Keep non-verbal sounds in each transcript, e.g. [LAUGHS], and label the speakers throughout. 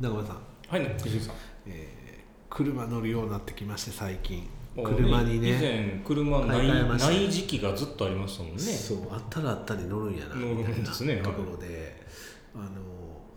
Speaker 1: 名古屋さん、
Speaker 2: はいね、藤井さん。
Speaker 1: えー車乗るようになってきまして最近
Speaker 2: お
Speaker 1: 車に
Speaker 2: 以
Speaker 1: ね
Speaker 2: 前車な
Speaker 1: 買い替えま
Speaker 2: い
Speaker 1: した
Speaker 2: ない時期がずっとありましたもんね。
Speaker 1: そうあったらあったり乗るんやな
Speaker 2: 乗るん
Speaker 1: みたいな
Speaker 2: ですねはい
Speaker 1: [LAUGHS] ところで、あの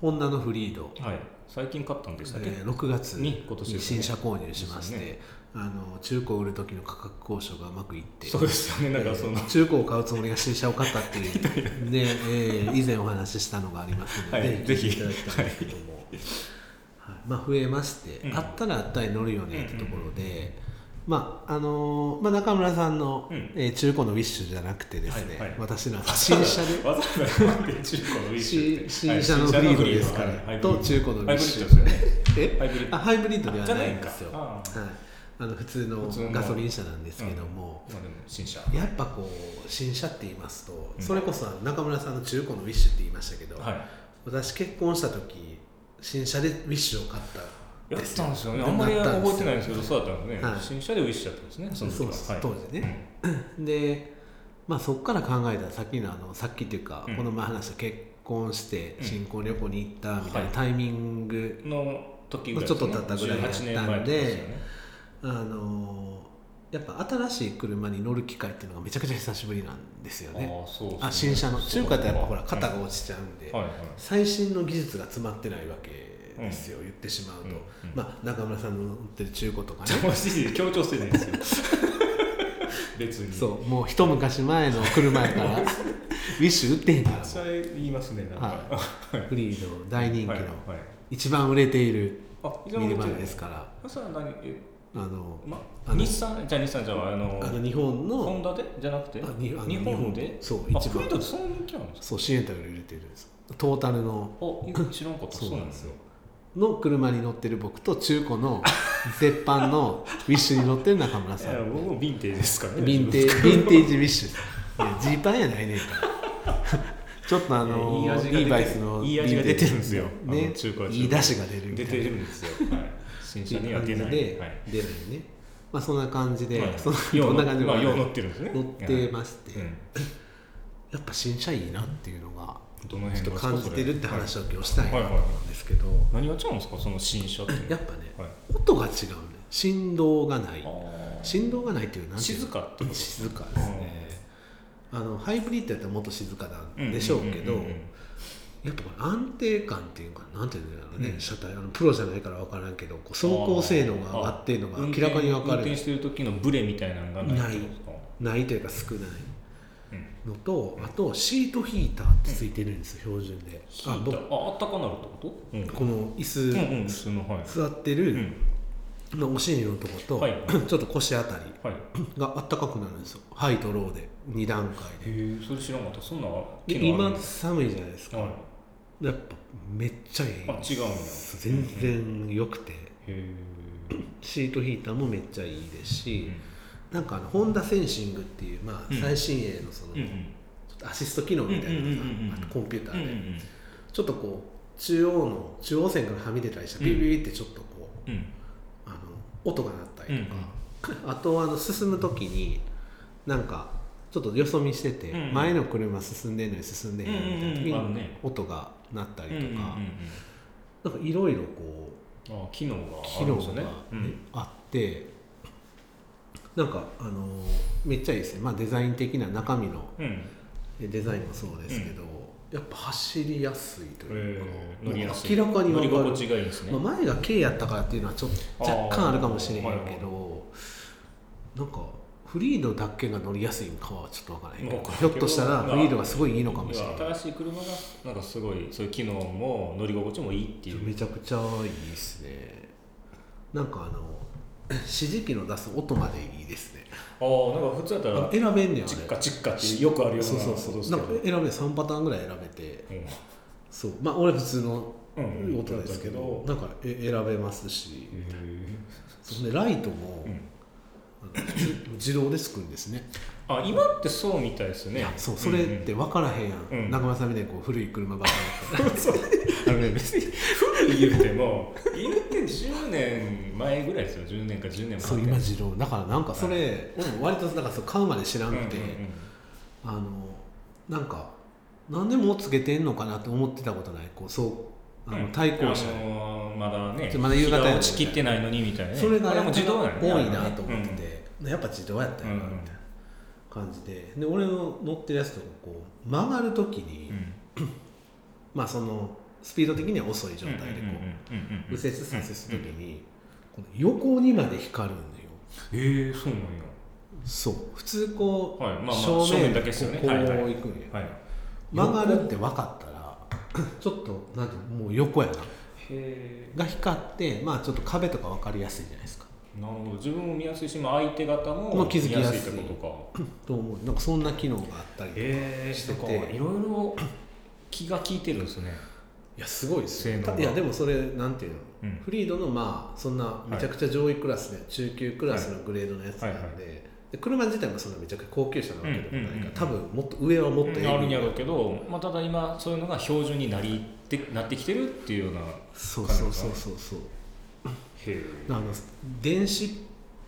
Speaker 1: ホンダのフリード、
Speaker 2: はい。最近買ったんでしたっけ？
Speaker 1: えー6月
Speaker 2: に今年
Speaker 1: に
Speaker 2: です
Speaker 1: 新
Speaker 2: ね
Speaker 1: 車購入しまして、
Speaker 2: ですね
Speaker 1: あの中古を売る時の価格交渉がうまくいって
Speaker 2: そうですよね。なんかその
Speaker 1: えー中古を買うつもりが新車を買ったって
Speaker 2: [LAUGHS]
Speaker 1: いう、ねえー以前お話ししたのがありますので、
Speaker 2: はい
Speaker 1: ぜひ聞いていただきたいんですけども、はいまあ、増えまして、
Speaker 2: うん
Speaker 1: あったらあったり乗るよねってところで、まああのーまあ、中村さんの、
Speaker 2: うん
Speaker 1: えー中古のウィッシュじゃなくてですね、
Speaker 2: はいはい
Speaker 1: 私ら新車で
Speaker 2: [LAUGHS] わざわざ買って中古のウィッシュ
Speaker 1: 新
Speaker 2: って。
Speaker 1: 新車のフリードですから、
Speaker 2: はい
Speaker 1: と中古のウィッシュ
Speaker 2: ハイブリッドですよね。
Speaker 1: え
Speaker 2: ハイブリッド
Speaker 1: あハイブリッドではないんですよ
Speaker 2: じゃないんか
Speaker 1: はい、あの普通の
Speaker 2: 普通の
Speaker 1: ガソリン車なんですけども、
Speaker 2: まあでも新車。
Speaker 1: やっぱこう新車って言いますと、
Speaker 2: うん
Speaker 1: それこそあの中村さんの中古のウィッシュって言いましたけど、
Speaker 2: はい。
Speaker 1: 私結婚した時新車でウィッシュを買った
Speaker 2: や
Speaker 1: ん
Speaker 2: っ
Speaker 1: です
Speaker 2: たんですよね。あんまり覚えてないんですけど、そうだったんですね。
Speaker 1: はい
Speaker 2: 新車でウィッシュだったんですね。その時
Speaker 1: そう
Speaker 2: は。
Speaker 1: です、
Speaker 2: はい
Speaker 1: 当時ね、で、まあ、そこから考えたらさっきのあのさっきっていうか、
Speaker 2: うん
Speaker 1: この前話した結婚して
Speaker 2: うん
Speaker 1: 新婚旅行に行ったみたいな
Speaker 2: はい
Speaker 1: タイミング、
Speaker 2: の時ぐらいですね。
Speaker 1: ちょっと経ったぐらいだったんで
Speaker 2: 18年前とかすよね
Speaker 1: あのやっぱ新しい車に乗る機会っていうのがめちゃくちゃ久しぶりなんですよね
Speaker 2: あーそうですね
Speaker 1: あ新車の
Speaker 2: そう
Speaker 1: 中
Speaker 2: か
Speaker 1: 華ってやっぱほら肩が落ちちゃうんで、
Speaker 2: はいはい
Speaker 1: 最新の技術が詰まってないわけですよ、言ってしまうと、
Speaker 2: うんうん
Speaker 1: まあ、中村さんの乗ってる中古とかね
Speaker 2: ちょマジで強調してないんです
Speaker 1: [LAUGHS]
Speaker 2: よ別に
Speaker 1: そうもう一昔前の車やから
Speaker 2: [LAUGHS]
Speaker 1: ウィッシュ売ってへんから
Speaker 2: それ言いますねなんか、
Speaker 1: は
Speaker 2: はい
Speaker 1: フリーの大人気の
Speaker 2: はいはい
Speaker 1: 一番売れている
Speaker 2: あ伊
Speaker 1: ミ
Speaker 2: 沢
Speaker 1: ニ
Speaker 2: も
Speaker 1: バンで
Speaker 2: です
Speaker 1: から
Speaker 2: それは何え、
Speaker 1: あの
Speaker 2: ま
Speaker 1: あ、の
Speaker 2: 日産じゃあ日産じゃああの
Speaker 1: あの日本
Speaker 2: ホン
Speaker 1: の
Speaker 2: ダでじゃなくて
Speaker 1: あにあの
Speaker 2: 日本で
Speaker 1: そう
Speaker 2: あ
Speaker 1: 一
Speaker 2: フリード
Speaker 1: 番
Speaker 2: ってそんな人気なんですか
Speaker 1: そうシエンタより売れてるんですトータルの
Speaker 2: あ知らんかった
Speaker 1: そう
Speaker 2: そうなんですよ
Speaker 1: の車に乗ってる僕と中古
Speaker 2: [LAUGHS]
Speaker 1: の絶版のウィッシュに乗ってる中村
Speaker 2: い
Speaker 1: さ
Speaker 2: や
Speaker 1: ん
Speaker 2: 僕もヴィンテージですからね
Speaker 1: ヴィンテージヴィンテージウィッシュですいやジーパンやないねんから
Speaker 2: [LAUGHS]
Speaker 1: ちょっとあの
Speaker 2: いやいい味が出てる
Speaker 1: リーバイスの
Speaker 2: いい味が出てるんですよあ
Speaker 1: ね
Speaker 2: の中古は中古
Speaker 1: いい出汁が出るみた
Speaker 2: 出
Speaker 1: いな
Speaker 2: てるんですよ、はい、新車には出ない
Speaker 1: で、
Speaker 2: はい
Speaker 1: 出ないねまあそんな感じで、
Speaker 2: はい
Speaker 1: そんな
Speaker 2: よ
Speaker 1: ど
Speaker 2: うん
Speaker 1: な感じで
Speaker 2: まあよう乗ってるんですね
Speaker 1: 乗ってまして、
Speaker 2: うん
Speaker 1: やっぱ新車いいなっていうのが
Speaker 2: どの
Speaker 1: ちょっと
Speaker 2: 辺が
Speaker 1: 感じてるって
Speaker 2: そ
Speaker 1: 話を今日したいな
Speaker 2: はい
Speaker 1: と
Speaker 2: はい
Speaker 1: 思うんですけど、
Speaker 2: れはい何が違うんですかその新車っていうの
Speaker 1: やっぱね
Speaker 2: はい
Speaker 1: 音が違うね振動がない
Speaker 2: あー
Speaker 1: 振動がないっていうのはなんていうの
Speaker 2: 静かってこと
Speaker 1: 静かですねあのハイブリッドやったらもっと静かなんでしょうけど、
Speaker 2: んんんん
Speaker 1: やっぱこれ安定感っていうかなんていうんだろうね、
Speaker 2: うん
Speaker 1: 車体あのプロじゃないから分からんけどこう走行性能が上がっているのが明らかに分か
Speaker 2: 運転運転
Speaker 1: る
Speaker 2: してる時のブレみたいなのがないってことですか
Speaker 1: ないというか少ない
Speaker 2: うん
Speaker 1: のとあとシートヒーターってついてるんですよ、標準で
Speaker 2: ヒ
Speaker 1: あ
Speaker 2: ータ
Speaker 1: 僕
Speaker 2: ーああったかなるってことうん
Speaker 1: この椅子、
Speaker 2: うんうんそのはい
Speaker 1: 座って
Speaker 2: う
Speaker 1: る、
Speaker 2: ん
Speaker 1: のお尻のとこと、
Speaker 2: はい
Speaker 1: [COUGHS] ちょっと腰あたり
Speaker 2: はいへ
Speaker 1: があったかくなるんですよハイとローで2段階で
Speaker 2: えそれ知らなかったそんな
Speaker 1: で
Speaker 2: 機能あるん
Speaker 1: 今
Speaker 2: です
Speaker 1: 寒いじゃないですか、
Speaker 2: はい
Speaker 1: やっぱめっちゃいい
Speaker 2: あ違うんや
Speaker 1: 全然良くて、
Speaker 2: へ
Speaker 1: シートヒーターもめっちゃいいです
Speaker 2: え
Speaker 1: し、なんかあのホンダセンシングっていう、まあ
Speaker 2: うん、
Speaker 1: 最新鋭のその、
Speaker 2: うん
Speaker 1: ち
Speaker 2: う
Speaker 1: ょ
Speaker 2: ん
Speaker 1: っとアシスト機能みたいなのが
Speaker 2: うんうんうんうんうん
Speaker 1: あとコンピュータ
Speaker 2: うんう
Speaker 1: ーで、
Speaker 2: ん
Speaker 1: ちょっとこう中央の中央線からはみ出たりしたらビビビってちょっとこう、
Speaker 2: うん
Speaker 1: あの音が鳴ったりとか、 [LAUGHS] あとあの進む時になんかちょっとよそ見してて、
Speaker 2: うんうん
Speaker 1: 前の車進んでんのに進んでへんみたいな
Speaker 2: うんうんう
Speaker 1: 時
Speaker 2: んある
Speaker 1: に
Speaker 2: ね
Speaker 1: 音が鳴ったり
Speaker 2: うんうんうん
Speaker 1: とか、
Speaker 2: う
Speaker 1: なん
Speaker 2: ん
Speaker 1: かいろいろこう
Speaker 2: あ機能があ
Speaker 1: 機能
Speaker 2: る
Speaker 1: が
Speaker 2: んですよね
Speaker 1: ね
Speaker 2: うん
Speaker 1: あってなんかあのめっちゃいいですね、まあ、デザイン的な中身の
Speaker 2: うん
Speaker 1: デザインもそうですけど、やっぱ走りやすいというか、
Speaker 2: えー乗りやすい
Speaker 1: 明らかに
Speaker 2: 乗り
Speaker 1: 分かる
Speaker 2: 心、地がいいですね、
Speaker 1: まあ、前が K やったからっていうのはちょっと若干あるかもしれへんけ
Speaker 2: あ
Speaker 1: ど、
Speaker 2: ーはい
Speaker 1: なんかフリードだけが乗りやすいんかはちょっと分からへんけど
Speaker 2: わからんけ
Speaker 1: ひ
Speaker 2: ど
Speaker 1: ょっとしたらフリードがすごいいいのかもしれない
Speaker 2: 新しい車がなんかすごいそういう機能も乗り心地もいいっていう
Speaker 1: めちゃくちゃいいですねなんかあの [COUGHS] 指示器の出す音までいいですね
Speaker 2: ああなんか普通だったら
Speaker 1: 選べんねんあ
Speaker 2: チッ
Speaker 1: れ
Speaker 2: カチッカってよくあるような
Speaker 1: そうそうそう
Speaker 2: 音ですけ
Speaker 1: な
Speaker 2: ど
Speaker 1: んか選べ3パターンぐらい選べてそうまあ俺普通の
Speaker 2: うんうん
Speaker 1: 音ですけど、
Speaker 2: うん
Speaker 1: なんかえ選べますし
Speaker 2: うんへ
Speaker 1: そんでライトも、
Speaker 2: えうん
Speaker 1: あの自自動でつくんですね
Speaker 2: あ今ってそうみたいです
Speaker 1: い
Speaker 2: ね
Speaker 1: やそうそれって分からへんやん、
Speaker 2: うん
Speaker 1: 中村さんみたいにこう古い車ばっかりだった
Speaker 2: うんうん [LAUGHS] そうあのね別に古い言うても言うて10年前ぐらいですよ10年か10
Speaker 1: ら
Speaker 2: 年前
Speaker 1: そう今自動だからなんかそれ、
Speaker 2: は
Speaker 1: 俺も割となんかそう買うまで知ら
Speaker 2: うんんうんう
Speaker 1: くて、
Speaker 2: ん
Speaker 1: あのなんか何でもつけてんのかなって思ってたことないこうそうあの対向車
Speaker 2: あ
Speaker 1: で、
Speaker 2: のーまだね
Speaker 1: まだ夕方やね
Speaker 2: 日が落ちきってないのにみたいなね
Speaker 1: それが
Speaker 2: あれも自動
Speaker 1: 多
Speaker 2: やね
Speaker 1: いなと思っ
Speaker 2: うん
Speaker 1: て、やっぱ自動やったよなみたいな感じでで俺の乗ってるやつとかこう曲がる時に、
Speaker 2: うん
Speaker 1: まあそのスピード的には遅い状態でこ
Speaker 2: うんうんうんうんうん
Speaker 1: う右折左折する時にこの横にまで光るんだよ
Speaker 2: えー、そうなんや
Speaker 1: そう普通こう、
Speaker 2: はいまあまあ
Speaker 1: 正
Speaker 2: 正
Speaker 1: 面でこ
Speaker 2: 面だけ
Speaker 1: う
Speaker 2: ですよね
Speaker 1: こう
Speaker 2: は
Speaker 1: 行
Speaker 2: い
Speaker 1: くん
Speaker 2: は
Speaker 1: や、
Speaker 2: いはい
Speaker 1: 曲がるって分かったら [COUGHS] ちょっとなんてもう横やな
Speaker 2: へ
Speaker 1: が光ってまあちょっと壁とか分かりやすいじゃないですか
Speaker 2: えなるほど自分も見やすいし、まあ、相手方
Speaker 1: も
Speaker 2: も
Speaker 1: う気づきやすい
Speaker 2: 見ってことか
Speaker 1: と思うなんかそんな機能があったりとか
Speaker 2: へえ
Speaker 1: して
Speaker 2: ー、
Speaker 1: て
Speaker 2: とかいろいろ気が利いてるんですね
Speaker 1: いやすごいですよ
Speaker 2: 性能が
Speaker 1: いやでもそれなんていうの、
Speaker 2: うん
Speaker 1: フリードのまあそんなめちゃくちゃ上位クラスで、中級クラスのグレードのやつなんで,、
Speaker 2: はいはい
Speaker 1: で車自体もそんなめちゃくちゃ高級車なわけでもないから、
Speaker 2: うんうんうん
Speaker 1: 多分もっと上はもっとえ
Speaker 2: うん
Speaker 1: ぐい
Speaker 2: あるんやろうけど、まあ、ただ今そういうのが標準になりってなってきてるっていうようなへ
Speaker 1: そうそうそうそうそう
Speaker 2: え
Speaker 1: あの電子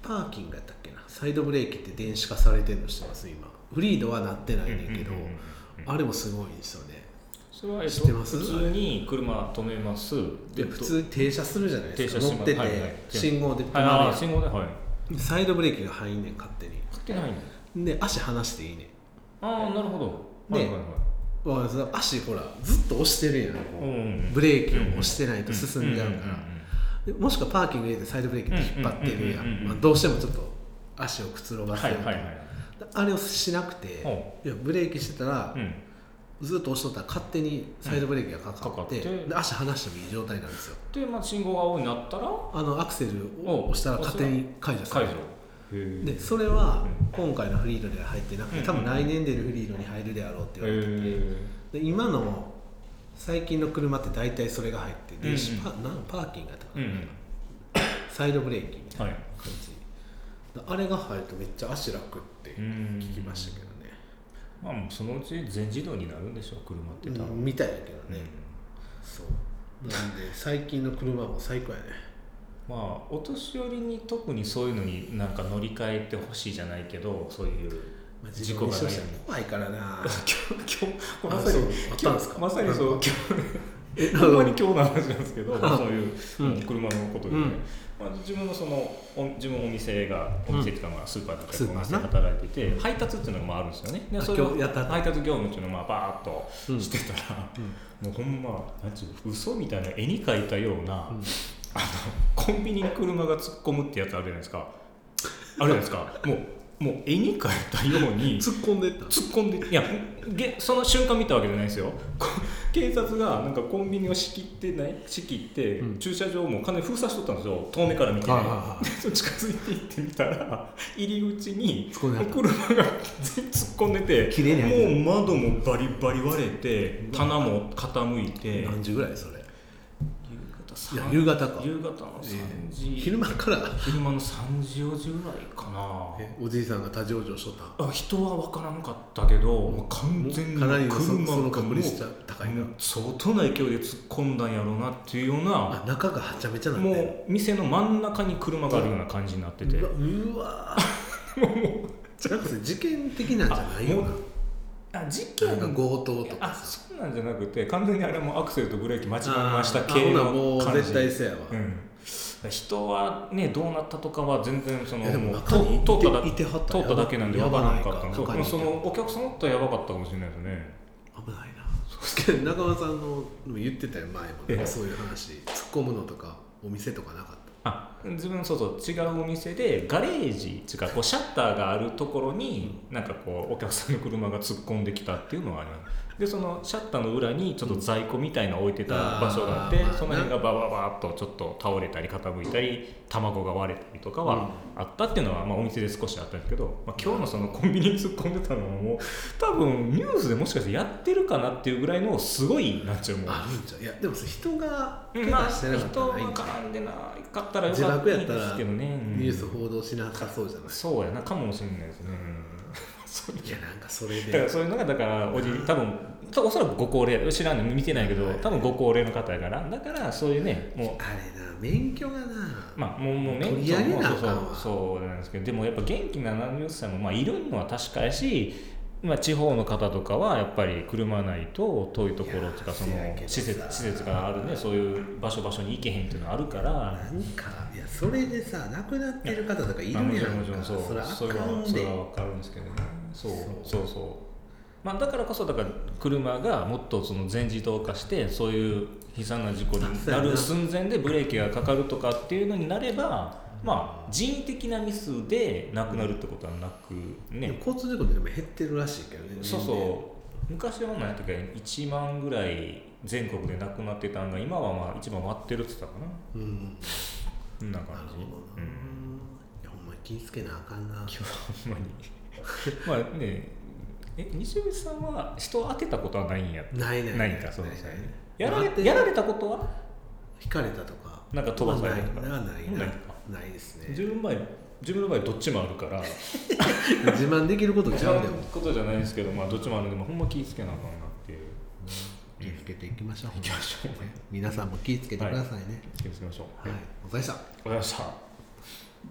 Speaker 1: パーキングやったっけなサイドブレーキって電子化されてるのしてます今フリードはなってないねんけど、
Speaker 2: うんうんうんうん
Speaker 1: あれもすごいんですよね
Speaker 2: それはえっ
Speaker 1: 知
Speaker 2: と
Speaker 1: ってます
Speaker 2: 普通に車止めます
Speaker 1: で普通停車するじゃないですか
Speaker 2: 停車
Speaker 1: 乗
Speaker 2: し
Speaker 1: っ
Speaker 2: ます
Speaker 1: てて、
Speaker 2: はいはい
Speaker 1: 信号で止ま
Speaker 2: は
Speaker 1: るや
Speaker 2: い
Speaker 1: ん
Speaker 2: ああ信号ではい
Speaker 1: サイドブレーキが入んねん勝手に
Speaker 2: 買ってないの
Speaker 1: で足離していいねん
Speaker 2: ああなるほど
Speaker 1: で
Speaker 2: はいはいはい
Speaker 1: わその足ほらずっと押してるやんこう
Speaker 2: うんうん
Speaker 1: ブレーキを押してないと進んじゃうか
Speaker 2: んん
Speaker 1: らでもしくはパーキングでサイドブレーキって引っ張ってるや
Speaker 2: うんうんうんうんん
Speaker 1: まあどうしてもちょっと足をくつろ
Speaker 2: うん
Speaker 1: がせ
Speaker 2: はい
Speaker 1: る
Speaker 2: は
Speaker 1: と
Speaker 2: い
Speaker 1: か
Speaker 2: はい
Speaker 1: であれをしなくて
Speaker 2: ほ
Speaker 1: いやブレーキしてたら
Speaker 2: うん
Speaker 1: ずっと押しとったら勝手にサイドブレーキがかかって
Speaker 2: うんかかって
Speaker 1: で足離してもいい状態なんですよ
Speaker 2: でまあ信号が青になったら
Speaker 1: あのアクセルを押したら勝手に解除さ
Speaker 2: 解
Speaker 1: れ
Speaker 2: 除
Speaker 1: る
Speaker 2: へ
Speaker 1: でそれは今回のフリードでは入ってなくて多分来年出るフリードに入るであろうって言われてて
Speaker 2: え
Speaker 1: で今の最近の車って大体それが入って電子パ,、なんパーキングやったか
Speaker 2: う
Speaker 1: な、
Speaker 2: ん
Speaker 1: サイドブレーキみたい
Speaker 2: はい
Speaker 1: な感じであれが入るとめっちゃ足楽って
Speaker 2: うん
Speaker 1: 聞きましたけどね、
Speaker 2: まあもうそのうち全自動になるんでしょう車って多
Speaker 1: うん
Speaker 2: 分
Speaker 1: みたいだけどね、
Speaker 2: うん
Speaker 1: そうなんで最近の車も最高やね
Speaker 2: まあお年寄りに特にそういうのになんか乗り換えてほしいじゃないけどそういう
Speaker 1: まあ
Speaker 2: 事故がな
Speaker 1: 自
Speaker 2: い
Speaker 1: 動車怖いからな
Speaker 2: [LAUGHS] 今日今日
Speaker 1: あ
Speaker 2: まさに
Speaker 1: そうあったんですか
Speaker 2: まさにそう今日
Speaker 1: え
Speaker 2: ほんまに今日の話なんですけど、
Speaker 1: あ
Speaker 2: そういう、
Speaker 1: うん
Speaker 2: 車のことで、
Speaker 1: うん
Speaker 2: ねまあ、自分のそのお自分のお店がお店っていうかまあスーパーとか
Speaker 1: スーパー
Speaker 2: お店で働いてて配達っていうのがまああるんですよねで
Speaker 1: あ
Speaker 2: それを
Speaker 1: 今日やった
Speaker 2: 配達業務っていうのをまあバー
Speaker 1: う
Speaker 2: ッ
Speaker 1: ん
Speaker 2: としてたら、もうほんまなんちゅう嘘みたいな絵に描いたよ
Speaker 1: う
Speaker 2: うな、
Speaker 1: ん
Speaker 2: あのコンビニに車が突っ込むってやつあるじゃないですかあるじゃないですかもうもう絵に描いたように
Speaker 1: [LAUGHS] 突っ込んでった
Speaker 2: 突っ込んでいやげその瞬間見たわけじゃないですよこ警察がなんかコンビニを仕切ってない仕切って、
Speaker 1: うん
Speaker 2: 駐車場も完全に封鎖しとったんですよ遠目から見て、ね
Speaker 1: はいはいはい
Speaker 2: でその近づいていってみたら入り口に
Speaker 1: 突っ込んであった
Speaker 2: 車が全然突っ込んで
Speaker 1: 綺麗に入って
Speaker 2: てもう窓もバリバリ割れて棚も傾いて
Speaker 1: 何時ぐらいそれい
Speaker 2: 夕方
Speaker 1: や
Speaker 2: 3
Speaker 1: 夕方か
Speaker 2: 夕方の3時、
Speaker 1: 昼間から
Speaker 2: 昼間の3時4時ぐらいかな
Speaker 1: えおじいさんが立ち往生しとった
Speaker 2: あ人は分からなかったけど、もう完全に
Speaker 1: かなりのそ
Speaker 2: 車
Speaker 1: その
Speaker 2: がも
Speaker 1: 確
Speaker 2: う
Speaker 1: 率高いな
Speaker 2: もう相当な勢いで突っ込んだんやろうなっていうような
Speaker 1: あ中がはちゃめちゃなん
Speaker 2: も
Speaker 1: だ
Speaker 2: う店の真ん中に車があるような感じになってて
Speaker 1: うわうわなんかそれ事件的なんじゃないよ
Speaker 2: あもあ事件
Speaker 1: ななんか強盗とか
Speaker 2: あ
Speaker 1: さ
Speaker 2: そうなんじゃなくて完全にあれはもうアクセルとブレーキ間違えました
Speaker 1: あー
Speaker 2: 系
Speaker 1: あほなも
Speaker 2: の
Speaker 1: う
Speaker 2: 感じ
Speaker 1: 絶対そうやわ、
Speaker 2: うん、人はねどうなったとかは全然そ
Speaker 1: い
Speaker 2: の
Speaker 1: やでも
Speaker 2: もう
Speaker 1: 中にいて
Speaker 2: 通っただ
Speaker 1: いてはった
Speaker 2: 通
Speaker 1: ら
Speaker 2: っただけなんで
Speaker 1: や
Speaker 2: 分か
Speaker 1: ば
Speaker 2: ら
Speaker 1: な
Speaker 2: ない
Speaker 1: か
Speaker 2: かったんですよ
Speaker 1: 中
Speaker 2: で
Speaker 1: にい
Speaker 2: も
Speaker 1: て
Speaker 2: そのお客さんおったらやばかったかもしれないですね
Speaker 1: 危ないな中間さんの言ってたよ前もなん
Speaker 2: え
Speaker 1: か
Speaker 2: え
Speaker 1: そういう話突っ込むのとかお店とかなかっ
Speaker 2: あ自分そうそう違うお店でガレージっていうかこうシャッターがあるところになんかこうお客さんの車が突っ込んできたっていうのはありますでそのシャッターの裏にちょっと在庫みたいなの置いてた場所があって
Speaker 1: あー
Speaker 2: その辺がバババーっとちょっと倒れたり傾いたり卵が割れたりとかはあったっていうのは、まあ、お店で少しあったんですけど、まあ、今日のそのコンビニに突っ込んでたのはもう多分ニュースでもしかしてやってるかなっていうぐらいのすごいなんちゅうもう
Speaker 1: たあるんちゃういやでもそれ人が
Speaker 2: う
Speaker 1: 怪
Speaker 2: んまあ
Speaker 1: 我してな
Speaker 2: 人
Speaker 1: かったらな
Speaker 2: が
Speaker 1: いんちゃう
Speaker 2: 絡んでなかったらよ
Speaker 1: 自
Speaker 2: かっ
Speaker 1: 爆
Speaker 2: た
Speaker 1: やった
Speaker 2: です
Speaker 1: ら
Speaker 2: けどね、うん
Speaker 1: ニュース報道しなさそうじゃない、
Speaker 2: そうやなかもしれないですね、 [LAUGHS] そう
Speaker 1: いやなんかそれ
Speaker 2: だか
Speaker 1: で
Speaker 2: らそういうのがだからおじ多分多分おそらくご高齢知らんの見てないけど多分ご高齢の方やからだからそういうねもう
Speaker 1: あれな免許がな、
Speaker 2: まあもうもう免
Speaker 1: 取り
Speaker 2: 許
Speaker 1: 上げ
Speaker 2: も
Speaker 1: なあ
Speaker 2: そう
Speaker 1: かんわ
Speaker 2: そうそうなんですけどでもやっぱ元気な70歳もまあいるのは確かやしまあ、地方の方とかはやっぱり車ないと遠いところとかその
Speaker 1: いやせやけどさ
Speaker 2: 施設施設があるねそういう場所場所に行けへんっていうのはあるから
Speaker 1: 何かいやそれでさ亡くなってる方とかいるや
Speaker 2: まあ
Speaker 1: ん
Speaker 2: もち
Speaker 1: か
Speaker 2: ろんもちろんそう
Speaker 1: それあ
Speaker 2: それは
Speaker 1: かん
Speaker 2: それ
Speaker 1: で
Speaker 2: は分かるんですけどねそう
Speaker 1: そ
Speaker 2: そうそうまあ、だからこそだから車がもっとその全自動化してそういう悲惨な事故になる寸前でブレーキがかかるとかっていうのになればまあ人為的なミスでなくなるってことはなくね
Speaker 1: でも交通事故ってでも減ってるらしいけどね
Speaker 2: そうそう昔は何やったっけ1万ぐらい全国で亡くなってたんが今はまあ一番割ってるって言ってたかな
Speaker 1: ううん
Speaker 2: そんな感
Speaker 1: なる
Speaker 2: じ
Speaker 1: ほどな、いやほんまに気ぃつけなあかんな
Speaker 2: うん、ほんまに [LAUGHS] まあねえ西口さんは人を当てたことはないんや
Speaker 1: ないない
Speaker 2: ないんかそうですよ
Speaker 1: ない
Speaker 2: ね
Speaker 1: ない
Speaker 2: やら
Speaker 1: だって
Speaker 2: れやられたことは
Speaker 1: 引かれたとか
Speaker 2: なんか飛ばされたとか
Speaker 1: まあないな
Speaker 2: ないい
Speaker 1: な
Speaker 2: とか
Speaker 1: ないですね
Speaker 2: 自分前自分の場合どっちもあるから
Speaker 1: 自慢できることちゃうで
Speaker 2: 違う
Speaker 1: も
Speaker 2: ことじゃないですけど、まあ、どっちもあるんで、まあ、ほんま気ぃつけなあかんなっていう
Speaker 1: 気をつけていきましょう
Speaker 2: 行きましょうね
Speaker 1: 皆さんも気をつけてくださいね
Speaker 2: 気をつけましょう、
Speaker 1: はい、
Speaker 2: はい、
Speaker 1: お疲れ様でした
Speaker 2: おはようございました